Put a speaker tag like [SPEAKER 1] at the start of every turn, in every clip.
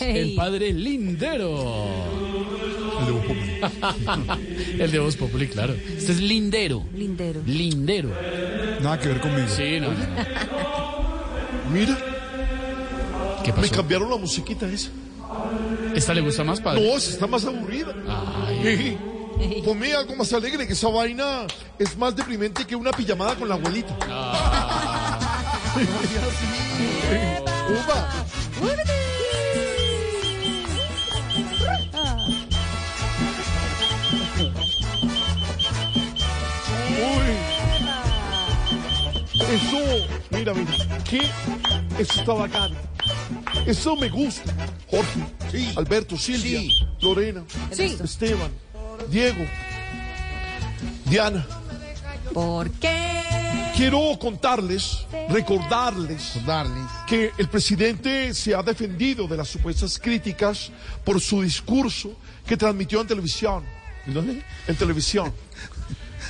[SPEAKER 1] El padre Lindero. El de Voz Populi, claro. Este es Lindero.
[SPEAKER 2] Lindero.
[SPEAKER 1] Lindero.
[SPEAKER 3] Nada que ver conmigo.
[SPEAKER 1] Sí, no.
[SPEAKER 4] Mira,
[SPEAKER 1] ¿Qué
[SPEAKER 4] me
[SPEAKER 1] pasó?
[SPEAKER 4] cambiaron la musiquita esa.
[SPEAKER 1] ¿Esta le gusta más, padre?
[SPEAKER 4] No, esa está más aburrida.
[SPEAKER 1] Ay,
[SPEAKER 4] Eh, Ponme algo más alegre, que esa vaina es más deprimente que una pijamada con la abuelita. Upa, uy, eso, mira, mira, ¿qué? Eso está bacano. Eso me gusta. Jorge,
[SPEAKER 3] Sí.
[SPEAKER 4] Alberto, Silvia,
[SPEAKER 3] Sí.
[SPEAKER 4] Lorena,
[SPEAKER 2] Sí.
[SPEAKER 4] Esteban, Diego, Diana.
[SPEAKER 2] ¿Por qué?
[SPEAKER 4] Quiero contarles, recordarles
[SPEAKER 3] Darling.
[SPEAKER 4] que el presidente se ha defendido de las supuestas críticas por su discurso que transmitió en televisión. En televisión.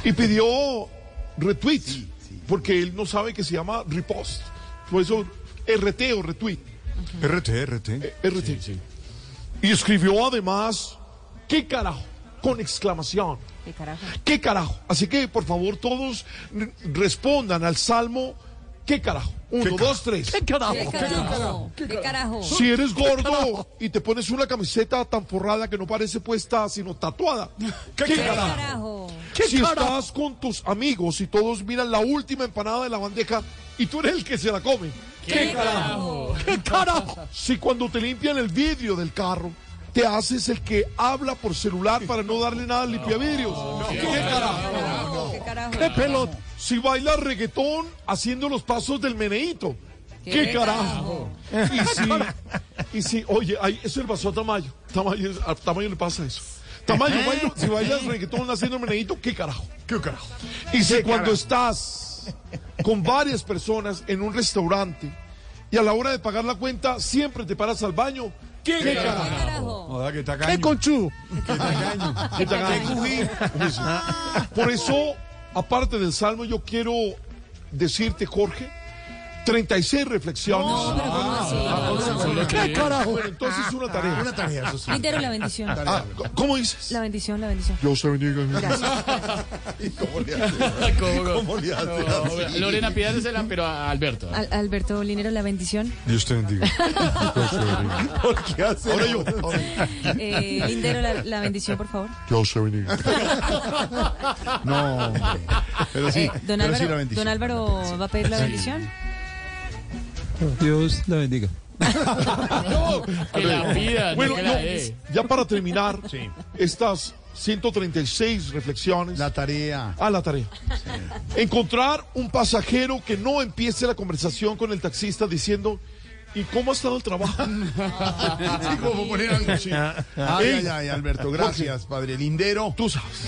[SPEAKER 4] Y pidió retweet, porque él no sabe que se llama repost. Por eso RT o retweet.
[SPEAKER 3] RT, RT.
[SPEAKER 4] RT. Y escribió además, ¿qué carajo? Con exclamación.
[SPEAKER 2] ¿Qué carajo?
[SPEAKER 4] ¿Qué carajo? Así que, por favor, todos r- respondan al salmo. ¿Qué carajo? Uno, dos, tres.
[SPEAKER 2] ¿Qué carajo? ¿Qué carajo?
[SPEAKER 4] Si eres gordo y te pones una camiseta tan forrada que no parece puesta, sino tatuada. ¿Qué,
[SPEAKER 2] ¿Qué
[SPEAKER 4] carajo?
[SPEAKER 2] carajo?
[SPEAKER 4] si estás con tus amigos y todos miran la última empanada de la bandeja y tú eres el que se la come.
[SPEAKER 2] ¿Qué carajo?
[SPEAKER 4] ¿Qué carajo? Si cuando te limpian el vidrio del carro, te haces el que habla por celular para no darle nada al limpiavidrios. ¿Qué carajo?
[SPEAKER 2] ¿Qué carajo?
[SPEAKER 4] pelota! Si baila reggaetón haciendo los pasos del meneíto. ¡Qué, carajo! Y si, y si, oye, ay, eso le pasó a Tamayo. Tamayo, a Tamayo le pasa eso. Tamayo, baila- si bailas reggaetón haciendo el meneíto, ¿qué carajo?
[SPEAKER 3] ¿Qué carajo?
[SPEAKER 4] Y si cuando estás con varias personas en un restaurante y a la hora de pagar la cuenta siempre te paras al baño, ¿qué,
[SPEAKER 2] ¿Qué
[SPEAKER 4] carajo?
[SPEAKER 2] carajo?
[SPEAKER 3] No, da que tacaño.
[SPEAKER 4] conchudo!
[SPEAKER 3] Que tacaño.
[SPEAKER 4] ¿Qué carajo? Eso. Por eso, aparte del salmo, yo quiero decirte, Jorge, 36 reflexiones.
[SPEAKER 2] No, pero ¿cómo así?
[SPEAKER 1] ¿Qué
[SPEAKER 4] carajo? Bueno, entonces una tarea.
[SPEAKER 3] Una tarea, eso sí.
[SPEAKER 2] Lindero, la bendición.
[SPEAKER 4] Ah, ¿Cómo dices?
[SPEAKER 2] La bendición, la bendición.
[SPEAKER 4] Dios te bendiga.
[SPEAKER 3] ¿Y cómo le hace? ¿Cómo le hace?
[SPEAKER 1] No, Lorena, pídasela, pero a Alberto.
[SPEAKER 2] Al- Alberto Linero, la bendición.
[SPEAKER 3] Dios te bendiga. ¿Por qué hace?
[SPEAKER 4] Ahora yo. ahora.
[SPEAKER 2] Eh, Lindero, la, la bendición, por favor.
[SPEAKER 4] Dios te bendiga.
[SPEAKER 3] No, hombre. Pero sí,
[SPEAKER 2] Eh, don,
[SPEAKER 3] pero sí la
[SPEAKER 2] Álvaro,
[SPEAKER 3] bendición.
[SPEAKER 2] don Álvaro va a pedir la bendición.
[SPEAKER 5] Dios la bendiga.
[SPEAKER 1] Que la pida,
[SPEAKER 4] Ah, Bueno,
[SPEAKER 1] no que
[SPEAKER 4] yo-
[SPEAKER 1] la dé.
[SPEAKER 4] ya eh. para terminar,
[SPEAKER 3] Sí.
[SPEAKER 4] estas 136 reflexiones.
[SPEAKER 3] La tarea.
[SPEAKER 4] A la tarea. Encontrar un pasajero que no empiece la conversación con el taxista diciendo, ¿y cómo ha estado el trabajo?
[SPEAKER 3] Sí, como poner algo, sí. Ay, ay, ay, Alberto, gracias, padre Lindero.
[SPEAKER 4] Tú sabes.